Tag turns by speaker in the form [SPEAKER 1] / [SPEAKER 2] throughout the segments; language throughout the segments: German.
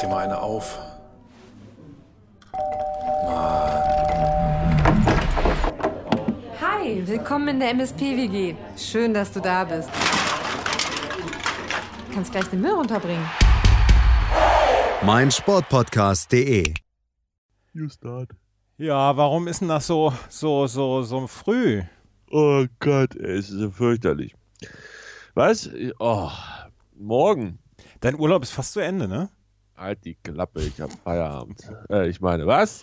[SPEAKER 1] dir mal eine auf.
[SPEAKER 2] Hi, willkommen in der MSP-WG. Schön, dass du da bist. Du kannst gleich den Müll runterbringen.
[SPEAKER 3] mein Sportpodcast.de.
[SPEAKER 4] You start.
[SPEAKER 5] Ja, warum ist denn das so, so, so, so früh?
[SPEAKER 4] Oh Gott, ey, es ist ja fürchterlich. Was? Oh, morgen.
[SPEAKER 5] Dein Urlaub ist fast zu Ende, ne?
[SPEAKER 4] Halt die Klappe, ich hab Feierabend. äh, ich meine, was?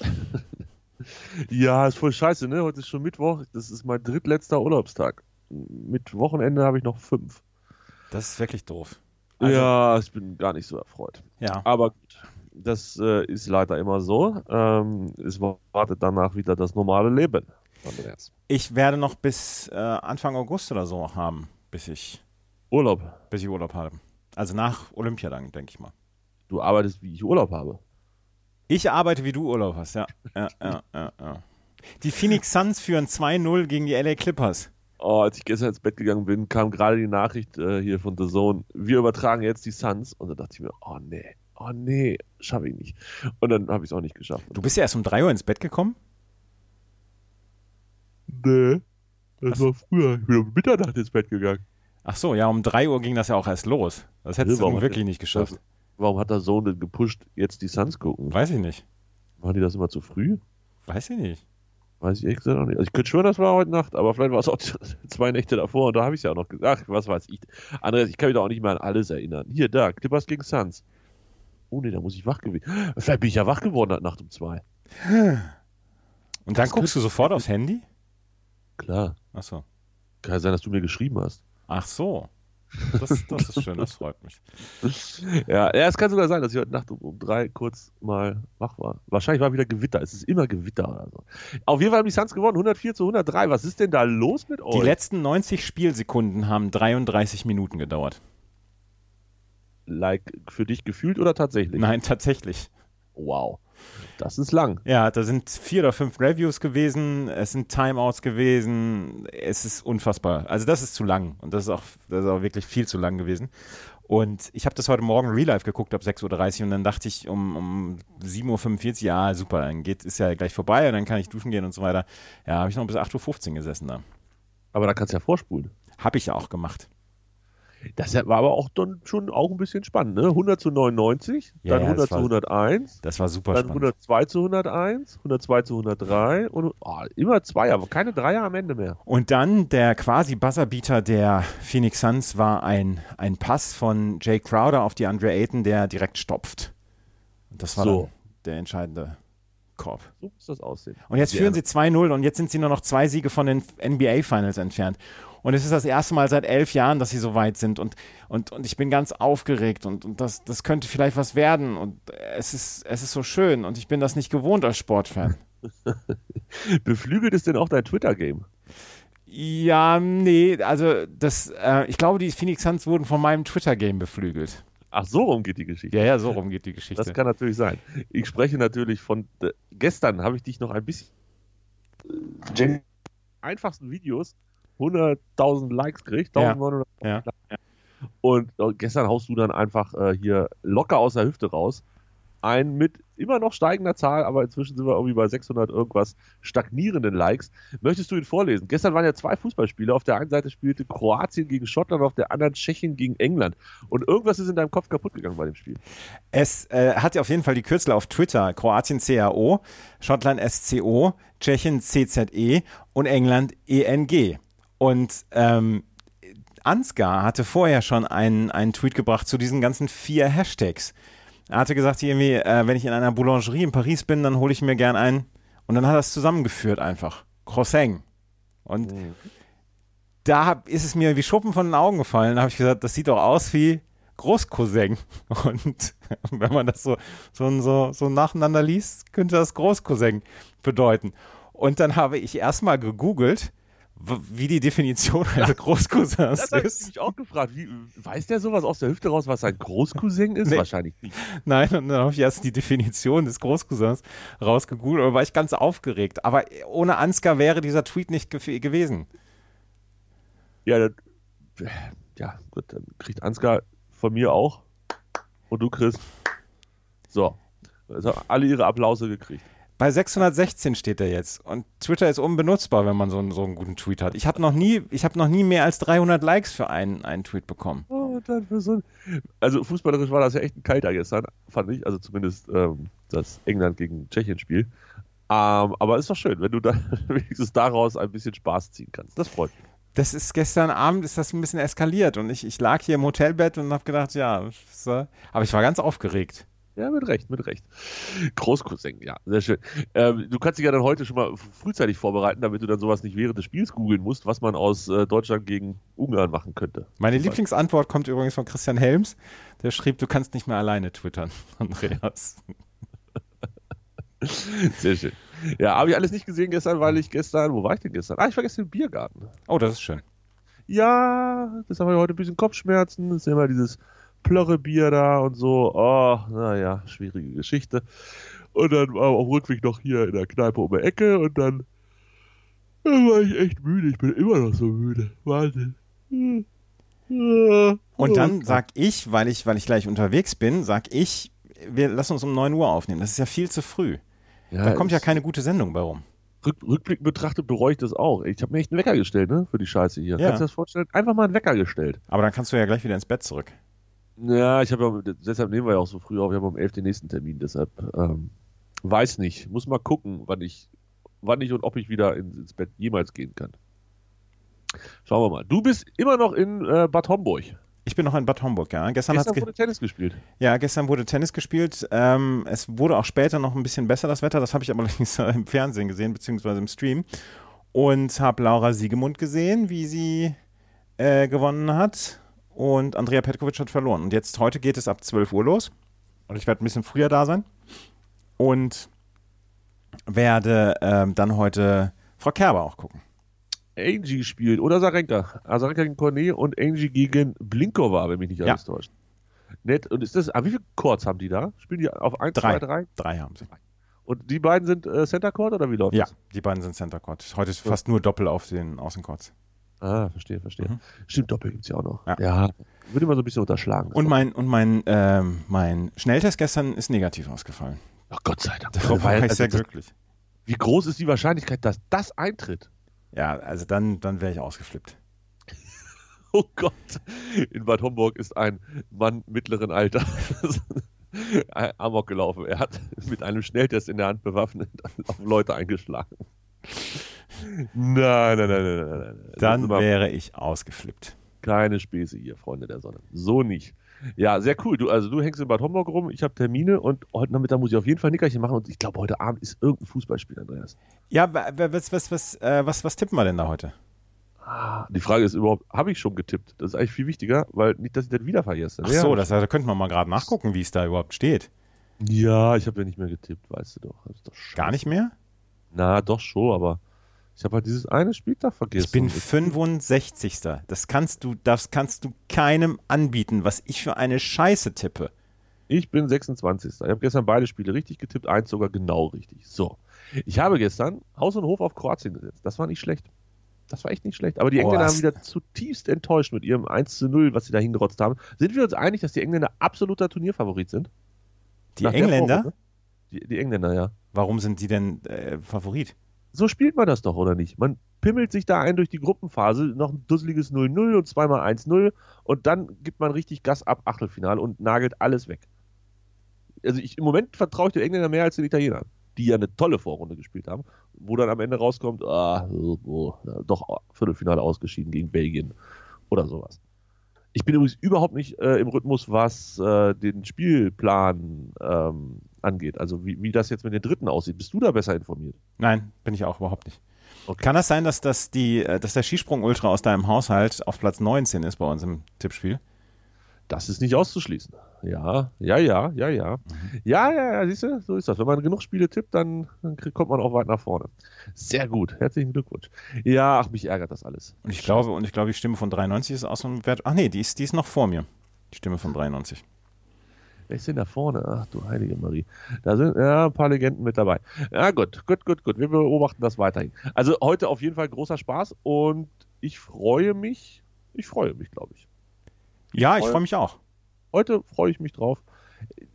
[SPEAKER 4] ja, ist voll scheiße, ne? Heute ist schon Mittwoch. Das ist mein drittletzter Urlaubstag. Mit Wochenende habe ich noch fünf.
[SPEAKER 5] Das ist wirklich doof. Also,
[SPEAKER 4] ja, ich bin gar nicht so erfreut.
[SPEAKER 5] Ja.
[SPEAKER 4] Aber gut, das äh, ist leider immer so. Ähm, es wartet danach wieder das normale Leben. Andreas.
[SPEAKER 5] Ich werde noch bis äh, Anfang August oder so haben, bis ich,
[SPEAKER 4] Urlaub.
[SPEAKER 5] bis ich Urlaub habe. Also nach Olympia dann, denke ich mal.
[SPEAKER 4] Du arbeitest, wie ich Urlaub habe.
[SPEAKER 5] Ich arbeite, wie du Urlaub hast, ja. ja, ja, ja, ja. Die Phoenix Suns führen 2-0 gegen die LA Clippers.
[SPEAKER 4] Oh, als ich gestern ins Bett gegangen bin, kam gerade die Nachricht äh, hier von The Zone, wir übertragen jetzt die Suns. Und da dachte ich mir, oh nee, oh nee, schaffe ich nicht. Und dann habe ich es auch nicht geschafft.
[SPEAKER 5] Du bist ja erst um 3 Uhr ins Bett gekommen?
[SPEAKER 4] Nee, das
[SPEAKER 5] Was?
[SPEAKER 4] war früher. Ich bin um Mitternacht ins Bett gegangen.
[SPEAKER 5] Ach so, ja, um 3 Uhr ging das ja auch erst los. Das hättest du
[SPEAKER 4] Warum
[SPEAKER 5] nun
[SPEAKER 4] hat-
[SPEAKER 5] wirklich nicht geschafft.
[SPEAKER 4] Warum hat der Zone denn gepusht, jetzt die Suns gucken?
[SPEAKER 5] Weiß ich nicht.
[SPEAKER 4] Waren die das immer zu früh?
[SPEAKER 5] Weiß ich nicht.
[SPEAKER 4] Weiß ich ehrlich gesagt auch nicht. Also ich könnte schwören, das war heute Nacht, aber vielleicht war es auch zwei Nächte davor und da habe ich es ja auch noch gesagt. Ach, was weiß ich. Andreas, ich kann mich da auch nicht mehr an alles erinnern. Hier, da, Clippers gegen Suns. Oh nee, da muss ich wach gewesen. Vielleicht bin ich ja wach geworden heute Nacht um zwei.
[SPEAKER 5] Und dann
[SPEAKER 4] Das
[SPEAKER 5] guckst du sofort aufs Handy?
[SPEAKER 4] Klar.
[SPEAKER 5] Ach so.
[SPEAKER 4] Kann sein, dass du mir geschrieben hast.
[SPEAKER 5] Ach so. Das, das ist schön, das freut mich.
[SPEAKER 4] Ja, ja, es kann sogar sein, dass ich heute Nacht um, um drei kurz mal wach war. Wahrscheinlich war wieder Gewitter. Es ist immer Gewitter oder so. Auf jeden Fall haben die Suns gewonnen. 104 zu 103. Was ist denn da los mit
[SPEAKER 5] Die
[SPEAKER 4] euch?
[SPEAKER 5] letzten 90 Spielsekunden haben 33 Minuten gedauert.
[SPEAKER 4] like, für dich gefühlt oder tatsächlich?
[SPEAKER 5] Nein, tatsächlich.
[SPEAKER 4] Wow. Das ist lang.
[SPEAKER 5] Ja, da sind vier oder fünf Reviews gewesen, es sind Timeouts gewesen, es ist unfassbar. Also das ist zu lang und das ist auch, das ist auch wirklich viel zu lang gewesen. Und ich habe das heute Morgen Real Life geguckt ab 6.30 Uhr und dann dachte ich um, um 7.45 Uhr, ja super, dann geht, ist ja gleich vorbei und dann kann ich duschen gehen und so weiter. Ja, habe ich noch bis 8.15 Uhr gesessen da.
[SPEAKER 4] Aber da kannst du ja vorspulen.
[SPEAKER 5] Habe ich ja auch gemacht.
[SPEAKER 4] Das war aber auch dann schon auch ein bisschen spannend, ne? 100 zu 99,
[SPEAKER 5] Ja,
[SPEAKER 4] dann
[SPEAKER 5] ja,
[SPEAKER 4] 100
[SPEAKER 5] das
[SPEAKER 4] zu
[SPEAKER 5] war
[SPEAKER 4] 101,
[SPEAKER 5] Das war super
[SPEAKER 4] dann
[SPEAKER 5] spannend.
[SPEAKER 4] 102 zu 101, 102 zu 103 und oh, immer Zweier, aber keine Dreier am Ende mehr.
[SPEAKER 5] Und dann der quasi Buzzerbeater der Phoenix Suns war ein, ein Pass von Jay Crowder auf die Andre Ayton, der direkt stopft. Und das war
[SPEAKER 4] So.
[SPEAKER 5] dann der entscheidende Korb.
[SPEAKER 4] So muss das aussehen.
[SPEAKER 5] Und jetzt
[SPEAKER 4] Sehr
[SPEAKER 5] führen sie 2-0 und jetzt sind sie nur noch zwei Siege von den NBA Finals entfernt. Und es ist das erste Mal seit elf Jahren, dass sie so weit sind. Und, und, und ich bin ganz aufgeregt und, und das, das könnte vielleicht was werden. Und es ist, es ist so schön und ich bin das nicht gewohnt als Sportfan.
[SPEAKER 4] Beflügelt ist denn auch dein Twitter-Game?
[SPEAKER 5] Ja, nee, also das, äh, ich glaube, die Phoenix Suns wurden von meinem Twitter-Game beflügelt.
[SPEAKER 4] Ach, so rum geht die Geschichte.
[SPEAKER 5] Ja, ja, so rum geht die Geschichte.
[SPEAKER 4] das kann natürlich sein. Ich spreche natürlich von äh, gestern habe ich dich noch ein bisschen äh, Jam- einfachsten Videos 100.000 Likes kriegt,
[SPEAKER 5] Ja.
[SPEAKER 4] 1900
[SPEAKER 5] ja.
[SPEAKER 4] Und äh, gestern haust du dann einfach äh, hier locker aus der Hüfte raus. Ein mit immer noch steigender Zahl, aber inzwischen sind wir irgendwie bei 600 irgendwas stagnierenden Likes. Möchtest du ihn vorlesen? Gestern waren ja zwei Fußballspiele. Auf der einen Seite spielte Kroatien gegen Schottland, auf der anderen Tschechien gegen England. Und irgendwas ist in deinem Kopf kaputt gegangen bei dem Spiel.
[SPEAKER 5] Es äh, hat ja auf jeden Fall die Kürzel auf Twitter. Kroatien CAO, Schottland SCO, Tschechien CZE und England ENG. Und ähm, Ansgar hatte vorher schon einen, einen Tweet gebracht zu diesen ganzen vier Hashtags. Er hatte gesagt, hier irgendwie, äh, wenn ich in einer Boulangerie in Paris bin, dann hole ich mir gern einen. Und dann hat er es zusammengeführt einfach. Croissant. Und
[SPEAKER 4] Mhm.
[SPEAKER 5] da hab, ist es mir wie Schuppen von den Augen gefallen. Da habe ich gesagt, das sieht doch aus wie Großcousin. Und wenn man das so, so, so, so nacheinander liest, könnte das Großcousin bedeuten. Und dann habe ich erstmal gegoogelt, w- wie die Definition eines Großcousins
[SPEAKER 4] Das habe ich
[SPEAKER 5] ist.
[SPEAKER 4] mich auch gefragt. Wie, weiß der sowas aus der Hüfte raus, was sein Großcousin ist?
[SPEAKER 5] Nee.
[SPEAKER 4] Wahrscheinlich nicht.
[SPEAKER 5] Nein, und dann habe ich erst die Definition des Großcousins rausgegoogelt, aber war ich ganz aufgeregt. Aber ohne Ansgar wäre dieser Tweet nicht gef- gewesen.
[SPEAKER 4] Ja, dann, ja, gut, dann kriegt Ansgar von mir auch. Und du, Chris. So. Also alle ihre Applause gekriegt.
[SPEAKER 5] Bei 616 steht er jetzt. Und Twitter ist unbenutzbar, wenn man so einen, so einen guten Tweet hat. Ich habe noch, nie- ich hab noch nie mehr als 300 Likes für einen, einen Tweet bekommen.
[SPEAKER 4] Oh, und dann für so ein also fußballerisch war das ja echt ein kalter gestern, fand ich. Also zumindest ähm, das England gegen Tschechien-Spiel. Ähm, aber ist doch schön, wenn du dann wenigstens daraus ein bisschen Spaß ziehen kannst. Das freut mich.
[SPEAKER 5] Das ist gestern Abend, ist das ein bisschen eskaliert. Und ich, ich lag hier im Hotelbett und habe gedacht, ja, so. aber ich war ganz aufgeregt.
[SPEAKER 4] Ja, mit Recht, mit Recht. Großcousin, ja, sehr schön. Ähm, du kannst dich ja dann heute schon mal f- frühzeitig vorbereiten, damit du dann sowas nicht während des Spiels googeln musst, was man aus äh, Deutschland gegen Ungarn machen könnte.
[SPEAKER 5] Meine Lieblingsantwort kommt übrigens von Christian Helms. Der schrieb, du kannst nicht mehr alleine twittern, Andreas.
[SPEAKER 4] Sehr schön. Ja, habe ich alles nicht gesehen gestern, weil ich gestern, wo war ich denn gestern? Ah, ich war gestern im Biergarten.
[SPEAKER 5] Oh, das ist schön.
[SPEAKER 4] ja, das haben wir heute ein bisschen Kopfschmerzen, ist immer dieses Plörrebier da und so, oh, naja, schwierige Geschichte. Und dann war ich auf dem Rückweg noch hier in der Kneipe um die Ecke und dann, dann war ich echt müde, ich bin immer noch so müde, Wahnsinn. Hm. Ja.
[SPEAKER 5] Und dann
[SPEAKER 4] Oh,
[SPEAKER 5] sag ich, weil ich, weil ich gleich unterwegs bin, sag ich, wir lassen uns um 9 Uhr aufnehmen. Das ist ja viel zu früh. Da kommt ja
[SPEAKER 4] ich-
[SPEAKER 5] keine gute Sendung bei rum.
[SPEAKER 4] Rück, rückblickend betrachtet bereue ich das auch. Ich habe mir echt einen Wecker gestellt, ne, für die Scheiße hier.
[SPEAKER 5] Ja.
[SPEAKER 4] Kannst du dir das vorstellen? Einfach mal einen Wecker gestellt.
[SPEAKER 5] Aber dann kannst du ja gleich wieder ins Bett zurück.
[SPEAKER 4] Ja, ich habe ja, deshalb nehmen wir ja auch so früh auf. Ich habe am 11. den nächsten Termin, deshalb ähm, weiß nicht. Muss mal gucken, wann ich, wann ich und ob ich wieder ins, ins Bett jemals gehen kann. Schauen wir mal. Du bist immer noch in äh, Bad Homburg.
[SPEAKER 5] Ich bin noch in Bad Homburg, ja. Gestern, hat's
[SPEAKER 4] Gestern
[SPEAKER 5] ge
[SPEAKER 4] wurde Tennis gespielt.
[SPEAKER 5] ja, gestern wurde Tennis gespielt. Ähm, es wurde auch später noch ein bisschen besser, das Wetter. Das habe ich aber allerdings im Fernsehen gesehen, beziehungsweise im Stream. Und habe Laura Siegemund gesehen, wie sie äh, gewonnen hat. Und Andrea Petkovic hat verloren. Und jetzt, heute geht es ab 12 Uhr los. Und ich werde ein bisschen früher da sein. Und werde ähm, dann heute Frau Kerber auch gucken.
[SPEAKER 4] Angie spielt oder Sarenka. Ah, Sarenka gegen Cornet und Angie gegen Blinkova, wenn mich nicht
[SPEAKER 5] Ja.
[SPEAKER 4] alles täuscht. Nett. Und ist das, ah, wie viele Chords haben die da? Spielen die auf 1,
[SPEAKER 5] Drei.
[SPEAKER 4] 2, 3?
[SPEAKER 5] Drei haben sie.
[SPEAKER 4] Und die beiden sind äh, Center Court oder wie läuft
[SPEAKER 5] Ja,
[SPEAKER 4] das?
[SPEAKER 5] die beiden sind Center Court. Heute ist fast nur Doppel auf den Außencourts.
[SPEAKER 4] Ah, verstehe, verstehe.
[SPEAKER 5] Mhm.
[SPEAKER 4] Stimmt, Doppel gibt's ja auch noch.
[SPEAKER 5] Ja.
[SPEAKER 4] Ja. Würde immer so ein bisschen unterschlagen.
[SPEAKER 5] Und mein, und mein, ähm, mein Schnelltest gestern ist negativ ausgefallen.
[SPEAKER 4] Ach, Gott sei Dank.
[SPEAKER 5] Darüber war ich
[SPEAKER 4] also,
[SPEAKER 5] sehr
[SPEAKER 4] das,
[SPEAKER 5] glücklich.
[SPEAKER 4] wie groß ist die Wahrscheinlichkeit, dass das eintritt?
[SPEAKER 5] Ja, also dann, dann wäre ich ausgeflippt.
[SPEAKER 4] Oh Gott. In Bad Homburg ist ein Mann mittleren Alters Äh, Amok gelaufen. Er hat mit einem Schnelltest in der Hand bewaffnet auf Leute eingeschlagen. Nein, nein, nein, nein, nein, nein. Das ist
[SPEAKER 5] Dann
[SPEAKER 4] immer-
[SPEAKER 5] wäre ich ausgeflippt.
[SPEAKER 4] Keine Späße hier, Freunde der Sonne. So nicht. Ja, sehr cool. Du, also du hängst in Bad Homburg rum, ich habe Termine und heute Nachmittag muss ich auf jeden Fall ein Nickerchen machen und ich glaube, heute Abend ist irgendein Fußballspiel, Andreas.
[SPEAKER 5] Ja, wa- wa- was, was, was, äh, was, was tippen wir denn da heute?
[SPEAKER 4] Die Frage ist überhaupt, habe ich schon getippt? Das ist eigentlich viel wichtiger, weil nicht, dass ich das wieder vergesse. ne?
[SPEAKER 5] Ach so, das, da könnten wir mal gerade nachgucken, wie es da überhaupt steht.
[SPEAKER 4] Ja, ich habe ja nicht mehr getippt, weißt du doch. Das ist doch
[SPEAKER 5] Gar nicht mehr?
[SPEAKER 4] Na, doch schon, aber ich habe halt dieses eine Spieltag vergessen.
[SPEAKER 5] Ich bin 65. Das kannst du, das kannst du keinem anbieten, was ich für eine Scheiße tippe.
[SPEAKER 4] Ich bin 26. Ich habe gestern beide Spiele richtig getippt, eins sogar genau richtig. So. Ich habe gestern Haus und Hof auf Kroatien gesetzt. Das war nicht schlecht. Das war echt nicht schlecht. Aber die
[SPEAKER 5] Oh,
[SPEAKER 4] Engländer
[SPEAKER 5] hast-
[SPEAKER 4] haben wieder zutiefst enttäuscht mit ihrem 1 zu 0, was sie da hingerotzt haben. Sind wir uns einig, dass die Engländer absoluter Turnierfavorit sind?
[SPEAKER 5] Die
[SPEAKER 4] Nach der ne?
[SPEAKER 5] Engländer,
[SPEAKER 4] Vorrunde? Die, die Engländer, ja.
[SPEAKER 5] warum sind die denn äh, Favorit?
[SPEAKER 4] So spielt man das doch, oder nicht? Man pimmelt sich da ein durch die Gruppenphase, noch ein dusseliges 0-0 und zweimal 1-0 und dann gibt man richtig Gas ab Achtelfinale und nagelt alles weg. Also ich, im Moment vertraue ich den Engländern mehr als den Italienern, die ja eine tolle Vorrunde gespielt haben, wo dann am Ende rauskommt, ah, oh, oh, ja, doch Viertelfinale ausgeschieden gegen Belgien oder sowas. Ich bin übrigens überhaupt nicht äh, im Rhythmus, was äh, den Spielplan ähm, angeht. Also wie, wie das jetzt mit den Dritten aussieht. Bist du da besser informiert?
[SPEAKER 5] Nein, bin ich auch überhaupt nicht.
[SPEAKER 4] Okay.
[SPEAKER 5] Kann das sein, dass, das die, äh, dass der Skisprung Ultra aus deinem Haushalt auf Platz 19 ist bei uns im Tippspiel?
[SPEAKER 4] Das ist nicht auszuschließen. Ja, ja, ja, ja, ja. Ja, ja, ja, siehst du, so ist das. Wenn man genug Spiele tippt, dann, dann krieg- kommt man auch weit nach vorne. Sehr gut, herzlichen Glückwunsch. Ja, ach, mich ärgert das alles.
[SPEAKER 5] Und ich glaube, und ich glaube, die Stimme von 93 ist aus dem Wert. Ach nee, die ist, die ist noch vor mir. Die Stimme von 93.
[SPEAKER 4] Wer ist denn da vorne? Ach du heilige Marie. Da sind ja, ein paar Legenden mit dabei. Ja, gut, gut, gut, gut. Wir beobachten das weiterhin. Also heute auf jeden Fall großer Spaß und ich freue mich. Ich freue mich, glaube ich.
[SPEAKER 5] Ja, ich
[SPEAKER 4] freue-
[SPEAKER 5] freue mich auch.
[SPEAKER 4] Heute freue ich mich drauf.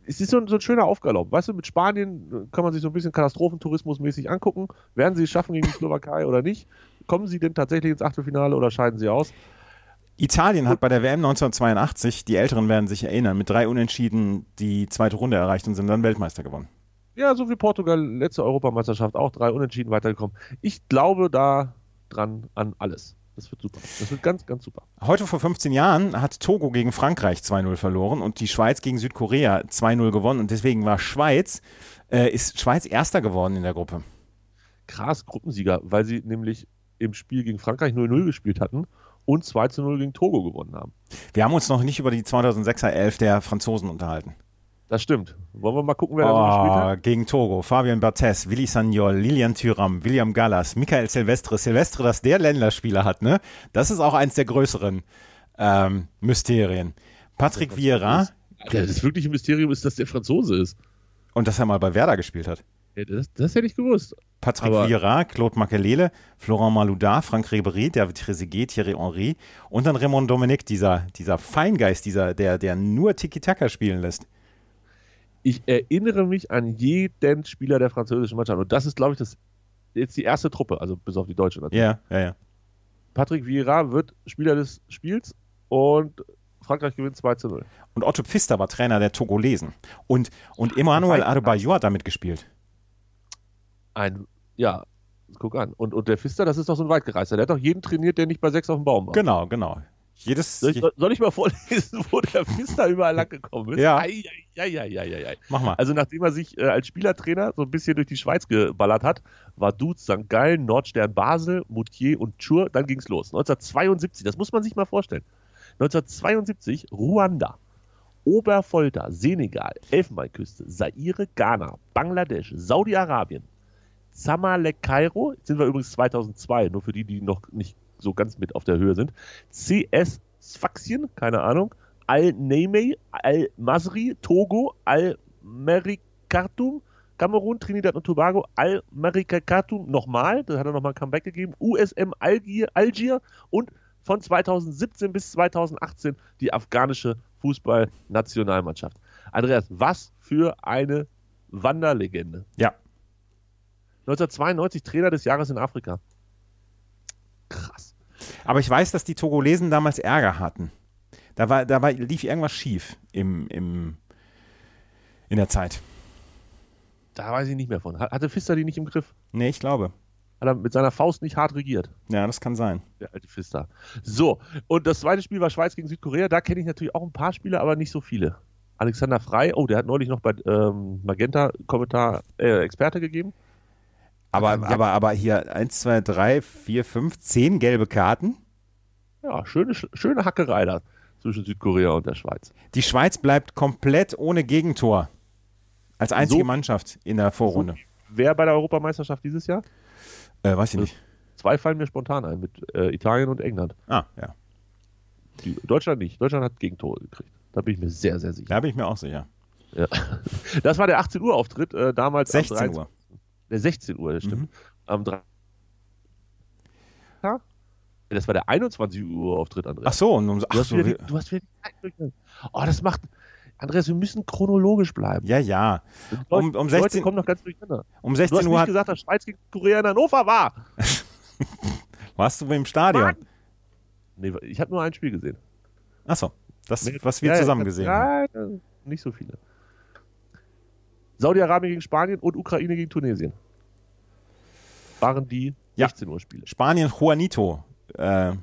[SPEAKER 4] es ist so ein, so ein schöner Aufgalopp. Weißt du, mit Spanien äh, kann man sich so ein bisschen katastrophentourismusmäßig angucken. Werden sie es schaffen gegen die Slowakei oder nicht? Kommen sie denn tatsächlich ins Achtelfinale oder scheiden sie aus?
[SPEAKER 5] Italien hat bei der WM 1982, die Älteren werden sich erinnern, mit drei Unentschieden die zweite Runde erreicht und sind dann Weltmeister geworden.
[SPEAKER 4] Ja, so wie Portugal letzte Europameisterschaft auch drei Unentschieden weitergekommen. Ich glaube da dran an alles. Das wird super. Das wird ganz, ganz super.
[SPEAKER 5] Heute vor 15 Jahren hat Togo gegen Frankreich 2-0 verloren und die Schweiz gegen Südkorea 2-0 gewonnen. Und deswegen war Schweiz, äh, ist Schweiz Erster geworden in der Gruppe.
[SPEAKER 4] Krass Gruppensieger, weil sie nämlich im Spiel gegen Frankreich 0-0 gespielt hatten und 2-0 gegen Togo gewonnen haben.
[SPEAKER 5] Wir haben uns noch nicht über die 2006er Elf der Franzosen unterhalten.
[SPEAKER 4] Das stimmt. Wollen wir mal gucken, wer da so gespielt
[SPEAKER 5] Oh,
[SPEAKER 4] hat?
[SPEAKER 5] gegen Togo, Fabian Barthez, Willi Sagnol, Lilian Thüram, William Gallas, Michael Silvestre. Silvestre, dass der Länderspieler hat, ne? Das ist auch eins der größeren ähm, Mysterien. Patrick Vieira
[SPEAKER 4] Alter, das wirkliche Mysterium ist, dass der Franzose ist.
[SPEAKER 5] und dass er mal bei Werder gespielt hat.
[SPEAKER 4] Ja, das, das hätte ich gewusst.
[SPEAKER 5] Patrick
[SPEAKER 4] Aber-
[SPEAKER 5] Vieira, Claude Makelele, Florent Malouda, Franck Ribéry, David Trezeguet, Thierry Henry und dann Raymond Domenech, dieser, dieser Feingeist, dieser, der, der nur Tiki-Taka spielen lässt.
[SPEAKER 4] Ich erinnere mich an jeden Spieler der französischen Mannschaft. Und das ist, glaube ich, das, jetzt die erste Truppe, also bis auf die deutsche natürlich.
[SPEAKER 5] Ja, ja, ja.
[SPEAKER 4] Patrick Vieira wird Spieler des Spiels und Frankreich gewinnt 2 zu 0.
[SPEAKER 5] Und Otto Pfister war Trainer der Togolesen. Und, und Emmanuel Adebayor hat damit gespielt.
[SPEAKER 4] Ein, ja, guck an. Und, und der Pfister, das ist doch so ein Weitgereister. Der hat doch jeden trainiert, der nicht bei sechs auf dem Baum war.
[SPEAKER 5] Genau, genau. Jedes,
[SPEAKER 4] Soll ich,
[SPEAKER 5] je,
[SPEAKER 4] soll ich mal vorlesen, wo der Pfister überall lang gekommen ist?
[SPEAKER 5] Ja.
[SPEAKER 4] Ei, ei, ei, ei, ei, ei, ei.
[SPEAKER 5] mach mal.
[SPEAKER 4] Also nachdem er sich äh, als Spielertrainer so ein bisschen durch die Schweiz geballert hat, war Duz, St. Gallen, Nordstern Basel, Moutier und Chur, dann ging's los. 1972, das muss man sich mal vorstellen. 1972 Ruanda, Oberfolter, Senegal, Elfenbeinküste, Saire, Ghana, Bangladesch, Saudi-Arabien, Zamalek, Kairo, jetzt sind wir übrigens 2002, nur für die, die noch nicht so ganz mit auf der Höhe sind, CS Sfaxien, keine Ahnung, Al-Neimei, Al-Masri, Togo, Al-Merikatum, Kamerun, Trinidad und Tobago, Al-Merikatum nochmal, da hat er nochmal ein Comeback gegeben, USM Algier, Algier und von 2017 bis 2018 die afghanische Fußballnationalmannschaft. Andreas, was für eine Wanderlegende.
[SPEAKER 5] Ja.
[SPEAKER 4] 1992 Trainer des Jahres in Afrika. Krass.
[SPEAKER 5] Aber ich weiß, dass die Togolesen damals Ärger hatten. Da, war, da war, lief irgendwas schief im, im, in der Zeit.
[SPEAKER 4] Da weiß ich nicht mehr von. Hat- Hatte Pfister die nicht im Griff?
[SPEAKER 5] Nee, ich glaube.
[SPEAKER 4] Hat er mit seiner Faust nicht hart regiert,
[SPEAKER 5] Ja, das kann sein.
[SPEAKER 4] der alte Pfister. So, und das zweite Spiel war Schweiz gegen Südkorea. Da kenne ich natürlich auch ein paar Spieler, aber nicht so viele. Alexander Frei, oh, der hat neulich noch bei ähm, Magenta Kommentar äh, Experte gegeben.
[SPEAKER 5] Aber, aber, aber hier 1, 2, 3, 4, 5, 10 gelbe Karten.
[SPEAKER 4] Ja, schöne, Sch- schöne Hackerei da zwischen Südkorea und der Schweiz.
[SPEAKER 5] Die Schweiz bleibt komplett ohne Gegentor. Als einzige
[SPEAKER 4] So-
[SPEAKER 5] Mannschaft in der Vorrunde.
[SPEAKER 4] Wer bei der Europameisterschaft dieses Jahr?
[SPEAKER 5] Äh, weiß ich nicht.
[SPEAKER 4] Zwei fallen mir spontan ein, mit äh, Italien und England.
[SPEAKER 5] Ah, ja.
[SPEAKER 4] Die, Deutschland nicht. Deutschland hat Gegentore gekriegt. Da bin ich mir sehr, sehr sicher.
[SPEAKER 5] Da bin ich mir auch sicher.
[SPEAKER 4] Ja. Das war der 18 Uhr Auftritt äh, damals. am
[SPEAKER 5] 16
[SPEAKER 4] 13
[SPEAKER 5] Uhr. Mhm.
[SPEAKER 4] Der 16 Uhr, das stimmt. Am 3. Ja? Das war der 21 Uhr Auftritt, Andreas.
[SPEAKER 5] Ach so, und um,
[SPEAKER 4] du,
[SPEAKER 5] ach
[SPEAKER 4] hast
[SPEAKER 5] so,
[SPEAKER 4] wieder
[SPEAKER 5] wir,
[SPEAKER 4] die, du hast wieder die Zeit durcheinander. Oh, das macht. Andreas, wir müssen chronologisch bleiben.
[SPEAKER 5] ja, ja. Um- um
[SPEAKER 4] Die Leute
[SPEAKER 5] 16
[SPEAKER 4] kommen noch ganz durcheinander.
[SPEAKER 5] Um
[SPEAKER 4] Du hast
[SPEAKER 5] 16 Uhr
[SPEAKER 4] nicht
[SPEAKER 5] hat,
[SPEAKER 4] gesagt, dass Schweiz gegen Korea in Hannover war.
[SPEAKER 5] warst du im Stadion.
[SPEAKER 4] Mann! Nee, ich habe nur ein Spiel gesehen.
[SPEAKER 5] Ach so, das,
[SPEAKER 4] Nee,
[SPEAKER 5] was wir
[SPEAKER 4] ja,
[SPEAKER 5] zusammen
[SPEAKER 4] ja,
[SPEAKER 5] gesehen haben.
[SPEAKER 4] nein, haben. Nicht so viele. Saudi-Arabien gegen Spanien und Ukraine gegen Tunesien. Waren die
[SPEAKER 5] Ja.
[SPEAKER 4] 16 Uhr Spiele.
[SPEAKER 5] Spanien, Juanito. Äh,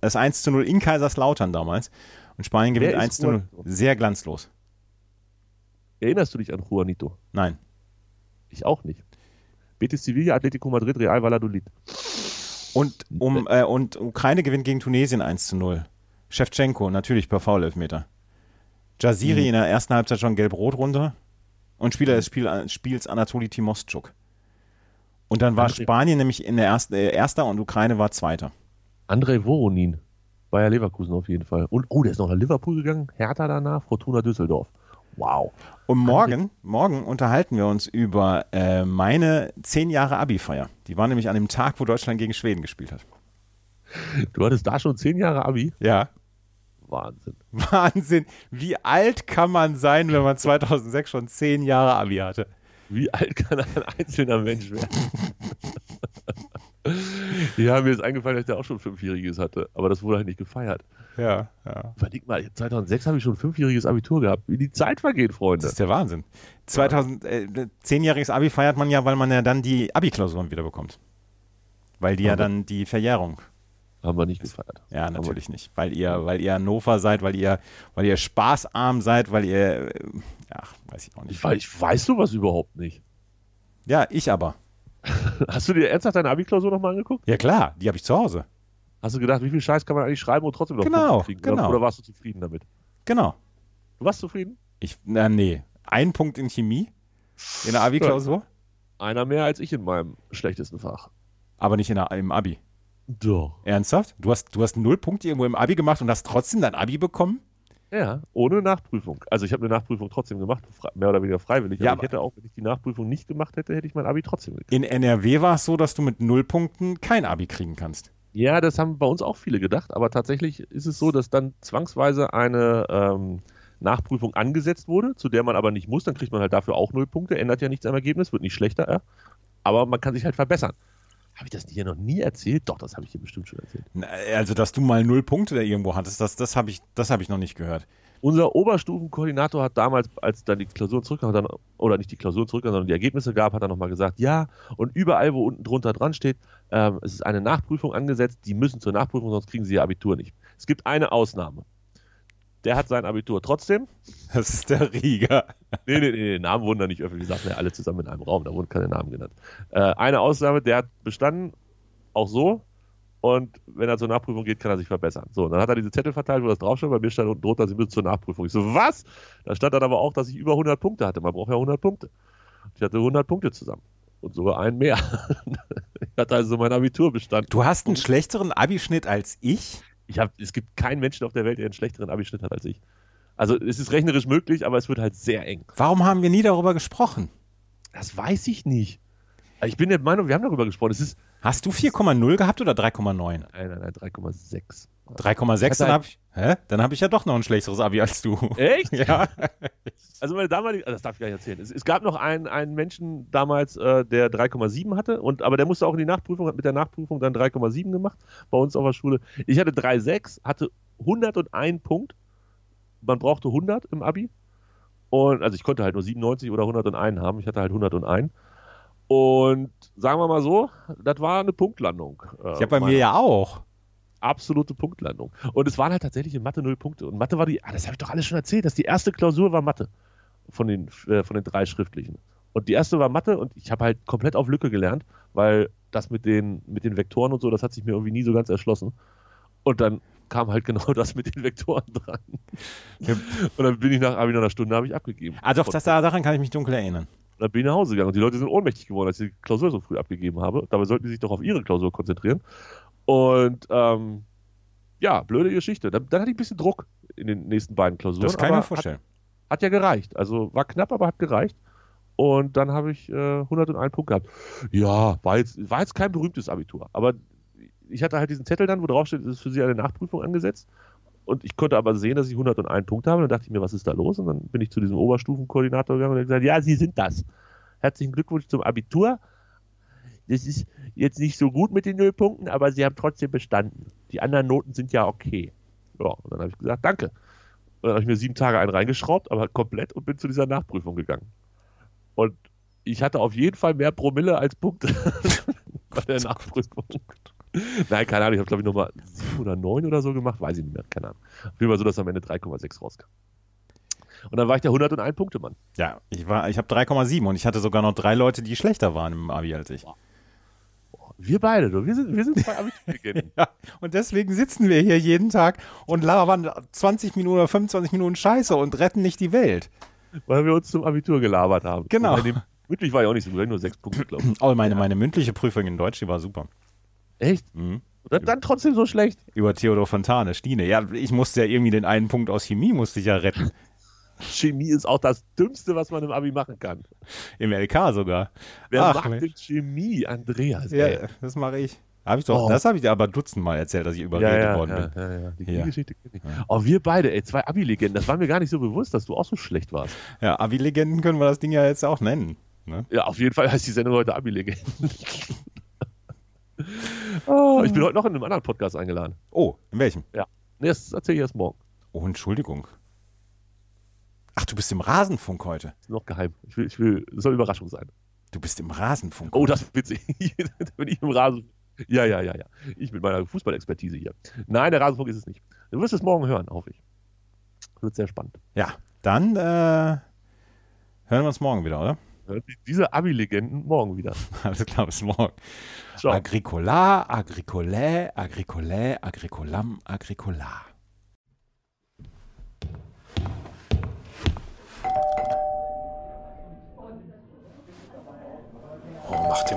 [SPEAKER 5] das 1 zu 0 in Kaiserslautern damals. Und Spanien gewinnt
[SPEAKER 4] Wer ist
[SPEAKER 5] 1 zu 0.
[SPEAKER 4] Juanito?
[SPEAKER 5] Sehr glanzlos.
[SPEAKER 4] Erinnerst du dich an Juanito?
[SPEAKER 5] Nein.
[SPEAKER 4] Ich auch nicht. Betis Sevilla, Atletico Madrid, Real Valladolid.
[SPEAKER 5] Und, um, äh, und Ukraine gewinnt gegen Tunesien 1 zu 0. Shevchenko natürlich per Foul-Elfmeter. Jaziri in der ersten Halbzeit schon gelb-rot runter. Und Spieler des Spiel, Spiels Anatoli Timoschuk. Und dann war
[SPEAKER 4] André.
[SPEAKER 5] Spanien nämlich in der ersten, äh, Erster und Ukraine war Zweiter.
[SPEAKER 4] Andrei Voronin, Bayer Leverkusen auf jeden Fall. Und, oh, der ist noch nach Liverpool gegangen, Hertha danach, Fortuna Düsseldorf. Wow.
[SPEAKER 5] Und morgen, morgen unterhalten wir uns über äh, meine 10 Jahre Abi-Feier. Die war nämlich an dem Tag, wo Deutschland gegen Schweden gespielt hat.
[SPEAKER 4] Du hattest da schon zehn Jahre Abi.
[SPEAKER 5] Ja.
[SPEAKER 4] Wahnsinn.
[SPEAKER 5] Wahnsinn. Wie alt kann man sein, wenn man 2006 schon zehn Jahre Abi hatte?
[SPEAKER 4] Wie alt kann ein einzelner Mensch werden? ja, mir ist eingefallen, dass ich da auch schon Fünfjähriges hatte, aber das wurde halt nicht gefeiert.
[SPEAKER 5] Ja, ja.
[SPEAKER 4] Überleg mal, 2006 habe ich schon ein fünfjähriges Abitur gehabt. Wie die Zeit vergeht, Freunde.
[SPEAKER 5] Das ist der Wahnsinn. 2000, äh, zehnjähriges Abi feiert man ja, weil man ja dann die Abi-Klausuren wieder bekommt. Weil die ja
[SPEAKER 4] Aber-
[SPEAKER 5] dann die Verjährung.
[SPEAKER 4] Haben wir nicht gefeiert.
[SPEAKER 5] Ja,
[SPEAKER 4] Haben wir
[SPEAKER 5] natürlich nicht. Weil ihr, weil ihr Hannover seid, weil ihr, weil ihr spaßarm seid, weil ihr, äh, ach, weiß ich auch nicht.
[SPEAKER 4] Ich, wei- ich weiß sowas überhaupt nicht.
[SPEAKER 5] Ja, ich aber.
[SPEAKER 4] Hast du dir ernsthaft deine Abi-Klausur nochmal angeguckt?
[SPEAKER 5] Ja klar, die habe ich zu Hause.
[SPEAKER 4] Hast du gedacht, wie viel Scheiß kann man eigentlich schreiben und trotzdem noch
[SPEAKER 5] Genau,
[SPEAKER 4] Punkte kriegen? Oder-
[SPEAKER 5] genau.
[SPEAKER 4] Oder warst du zufrieden damit?
[SPEAKER 5] Genau.
[SPEAKER 4] Du warst zufrieden?
[SPEAKER 5] Ich, na nee, ein Punkt in Chemie in der Abi-Klausur,
[SPEAKER 4] Einer mehr als ich in meinem schlechtesten Fach.
[SPEAKER 5] aber nicht in der, im Abi.
[SPEAKER 4] Doch.
[SPEAKER 5] Ernsthaft? Du hast, du hast null Punkte irgendwo im Abi gemacht und hast trotzdem dein Abi bekommen?
[SPEAKER 4] Ja, ohne Nachprüfung. Also ich habe eine Nachprüfung trotzdem gemacht, frei- mehr oder weniger freiwillig.
[SPEAKER 5] Ja,
[SPEAKER 4] aber ich hätte auch, wenn ich die Nachprüfung nicht gemacht hätte, hätte ich mein Abi trotzdem gekriegt.
[SPEAKER 5] In NRW war es so, dass du mit null Punkten kein Abi kriegen kannst.
[SPEAKER 4] Ja, das haben bei uns auch viele gedacht, aber tatsächlich ist es so, dass dann zwangsweise eine ähm, Nachprüfung angesetzt wurde, zu der man aber nicht muss, dann kriegt man halt dafür auch null Punkte, ändert ja nichts am Ergebnis, wird nicht schlechter, ja. aber man kann sich halt verbessern. Habe ich das hier noch nie erzählt? Doch, das habe ich dir bestimmt schon erzählt.
[SPEAKER 5] Na, Also, dass du mal null Punkte da irgendwo hattest, das, das habe ich, das hab ich noch nicht gehört.
[SPEAKER 4] Unser Oberstufenkoordinator hat damals, als dann die Klausuren zurückkamen, dann, oder nicht die Klausuren zurückkamen, sondern die Ergebnisse gab, hat er nochmal gesagt, ja, und überall, wo unten drunter dran steht, ähm, es ist eine Nachprüfung angesetzt, die müssen zur Nachprüfung, sonst kriegen sie ihr Abitur nicht. Es gibt eine Ausnahme. Der hat sein Abitur trotzdem.
[SPEAKER 5] Das ist der Rieger.
[SPEAKER 4] Nee, nee, nee, nee, Namen wurden da nicht öffentlich gesagt, ja alle zusammen in einem Raum, da wurden keine Namen genannt. Äh, eine Ausnahme, der hat bestanden, auch so. Und wenn er zur Nachprüfung geht, kann er sich verbessern. So, und dann hat er diese Zettel verteilt, wo das draufsteht. Bei mir stand unten drunter, sie müssen zur Nachprüfung. Ich so, was? Da stand dann aber auch, dass ich über 100 Punkte hatte. Man braucht ja 100 Punkte. Ich hatte 100 Punkte zusammen. Und sogar einen mehr. ich hatte also mein Abitur bestanden.
[SPEAKER 5] Du hast einen schlechteren Abischnitt als ich?
[SPEAKER 4] Ich hab, es gibt keinen Menschen auf der Welt, der einen schlechteren Abischnitt hat als ich. Also, es ist rechnerisch möglich, aber es wird halt sehr eng.
[SPEAKER 5] Warum haben wir nie darüber gesprochen?
[SPEAKER 4] Das weiß ich nicht. Also Ich bin der Meinung, wir haben darüber gesprochen. Es ist. äh,
[SPEAKER 5] Hast du 4,0 gehabt oder 3,9?
[SPEAKER 4] Nein, nein, nein, 3,6.
[SPEAKER 5] 3,6, dann habe ich, hä? Dann habe ich ja doch noch ein schlechteres Abi als du.
[SPEAKER 4] Echt?
[SPEAKER 5] Ja.
[SPEAKER 4] Also meine damalige, also das darf ich gar nicht erzählen. Es, es gab noch einen, einen Menschen damals, äh, der 3,7 hatte, und, aber der musste auch in die Nachprüfung, hat mit der Nachprüfung dann 3,7 gemacht bei uns auf der Schule. Ich hatte 3,6, hatte 101 Punkt. Man brauchte 100 im Abi. Und, also ich konnte halt nur 97 oder 101 haben. Ich hatte halt 101. Und sagen wir mal so, das war eine Punktlandung. äh,
[SPEAKER 5] Ich habe bei
[SPEAKER 4] meiner-
[SPEAKER 5] mir ja auch.
[SPEAKER 4] absolute Punktlandung. Und es waren halt tatsächlich in Mathe null Punkte. Und Mathe war die, ah, das habe ich doch alles schon erzählt, dass die erste Klausur war Mathe von den, äh, von den drei schriftlichen. Und die erste war Mathe und ich habe halt komplett auf Lücke gelernt, weil das mit den, mit den Vektoren und so, das hat sich mir irgendwie nie so ganz erschlossen. Und dann kam halt genau das mit den Vektoren dran.
[SPEAKER 5] Ja.
[SPEAKER 4] Und dann bin ich nach, hab ich nach einer Stunde habe ich abgegeben.
[SPEAKER 5] Ah doch,
[SPEAKER 4] Und
[SPEAKER 5] das, daran kann ich mich dunkel erinnern.
[SPEAKER 4] dann bin ich nach Hause gegangen. Und die Leute sind ohnmächtig geworden, als ich die Klausur so früh abgegeben habe. Dabei sollten die sich doch auf ihre Klausur konzentrieren. Und ähm, ja, blöde Geschichte. Dann, dann hatte ich ein bisschen Druck in den nächsten beiden Klausuren.
[SPEAKER 5] Das kann ich mir
[SPEAKER 4] aber
[SPEAKER 5] vorstellen.
[SPEAKER 4] Hat, hat ja gereicht. Also war knapp, aber hat gereicht. Und dann habe ich äh, 101 Punkte gehabt. Ja, war jetzt, war jetzt kein berühmtes Abitur. Aber ich hatte halt diesen Zettel dann, wo drauf steht, es ist für sie eine Nachprüfung angesetzt. Und ich konnte aber sehen, dass ich 101 Punkte habe. Und dann dachte ich mir, was ist da los? Und dann bin ich zu diesem Oberstufenkoordinator gegangen und er hat gesagt, ja, Sie sind das. Herzlichen Glückwunsch zum Abitur. Das ist jetzt nicht so gut mit den Nullpunkten, aber Sie haben trotzdem bestanden. Die anderen Noten sind ja okay. Ja, und dann habe ich gesagt, danke. Und dann habe ich mir sieben Tage einen reingeschraubt, aber komplett und bin zu dieser Nachprüfung gegangen. Und ich hatte auf jeden Fall mehr Promille als Punkte bei der Nachprüfung. Nein, keine Ahnung, ich habe glaube ich nochmal sieben oder neun oder so gemacht, weiß ich nicht mehr, keine Ahnung. Auf jeden Fall so, dass am Ende 3,6 rauskam. Und dann war ich der 101 Punkte Mann.
[SPEAKER 5] Ja, ich war, ich habe 3,7 und ich hatte sogar noch drei Leute, die schlechter waren im Abi als ich.
[SPEAKER 4] Wir beide, du, wir sind, wir sind zwei Abiturbeginnen.
[SPEAKER 5] Ja, und deswegen sitzen wir hier jeden Tag und labern 20 Minuten oder 25 Minuten Scheiße und retten nicht die Welt.
[SPEAKER 4] weil wir uns zum Abitur gelabert haben.
[SPEAKER 5] Genau.
[SPEAKER 4] Und bei dem- Mündlich war ich auch nicht so gut, nur sechs Punkte, glaube ich.
[SPEAKER 5] Oh, meine, meine mündliche Prüfung in Deutsch, die war super.
[SPEAKER 4] Echt? Und dann, dann trotzdem so schlecht.
[SPEAKER 5] Über Theodor Fontane, Stine. Ja, ich musste ja irgendwie den einen Punkt aus Chemie musste ich ja retten.
[SPEAKER 4] Chemie ist auch das Dümmste, was man im Abi machen kann.
[SPEAKER 5] Im LK sogar.
[SPEAKER 4] Wer
[SPEAKER 5] Ach,
[SPEAKER 4] macht
[SPEAKER 5] Mensch.
[SPEAKER 4] denn Chemie, Andreas?
[SPEAKER 5] Ja,
[SPEAKER 4] ey?
[SPEAKER 5] das mache ich. Hab ich doch,
[SPEAKER 4] Oh.
[SPEAKER 5] Das habe ich dir aber dutzendmal erzählt, dass ich überredet worden bin.
[SPEAKER 4] ja, ja, ja. Die
[SPEAKER 5] Ja.
[SPEAKER 4] Geschichte kenne ich. Oh, wir beide, ey, zwei Abi-Legenden. Das war mir gar nicht so bewusst, dass du auch so schlecht warst.
[SPEAKER 5] Ja, Avi-Legenden können wir das Ding ja jetzt auch nennen. Ne?
[SPEAKER 4] Ja, auf jeden Fall heißt die Sendung heute Abi-Legenden. oh, ich bin heute noch in einem anderen Podcast eingeladen.
[SPEAKER 5] Oh, in welchem?
[SPEAKER 4] Ja. Nee, das erzähle ich erst morgen.
[SPEAKER 5] Oh, Entschuldigung. Ach, du bist im Rasenfunk heute.
[SPEAKER 4] Ist noch geheim. Ich will, ich will, das soll Überraschung sein.
[SPEAKER 5] Du bist im Rasenfunk.
[SPEAKER 4] Oh, das witzig. da bin ich im Rasen. Ja, ja, ja, ja. Ich mit meiner Fußballexpertise hier. Nein, der Rasenfunk ist es nicht. Du wirst es morgen hören, hoffe ich. Wird sehr spannend.
[SPEAKER 5] Ja, dann äh, hören wir uns morgen wieder, oder?
[SPEAKER 4] Diese Abi-Legenden morgen wieder.
[SPEAKER 5] Alles klar, bis morgen.
[SPEAKER 4] Ciao.
[SPEAKER 5] Agricola, Agricolä, Agricolä, Agricolam, Agricola.
[SPEAKER 1] Oh, mach dir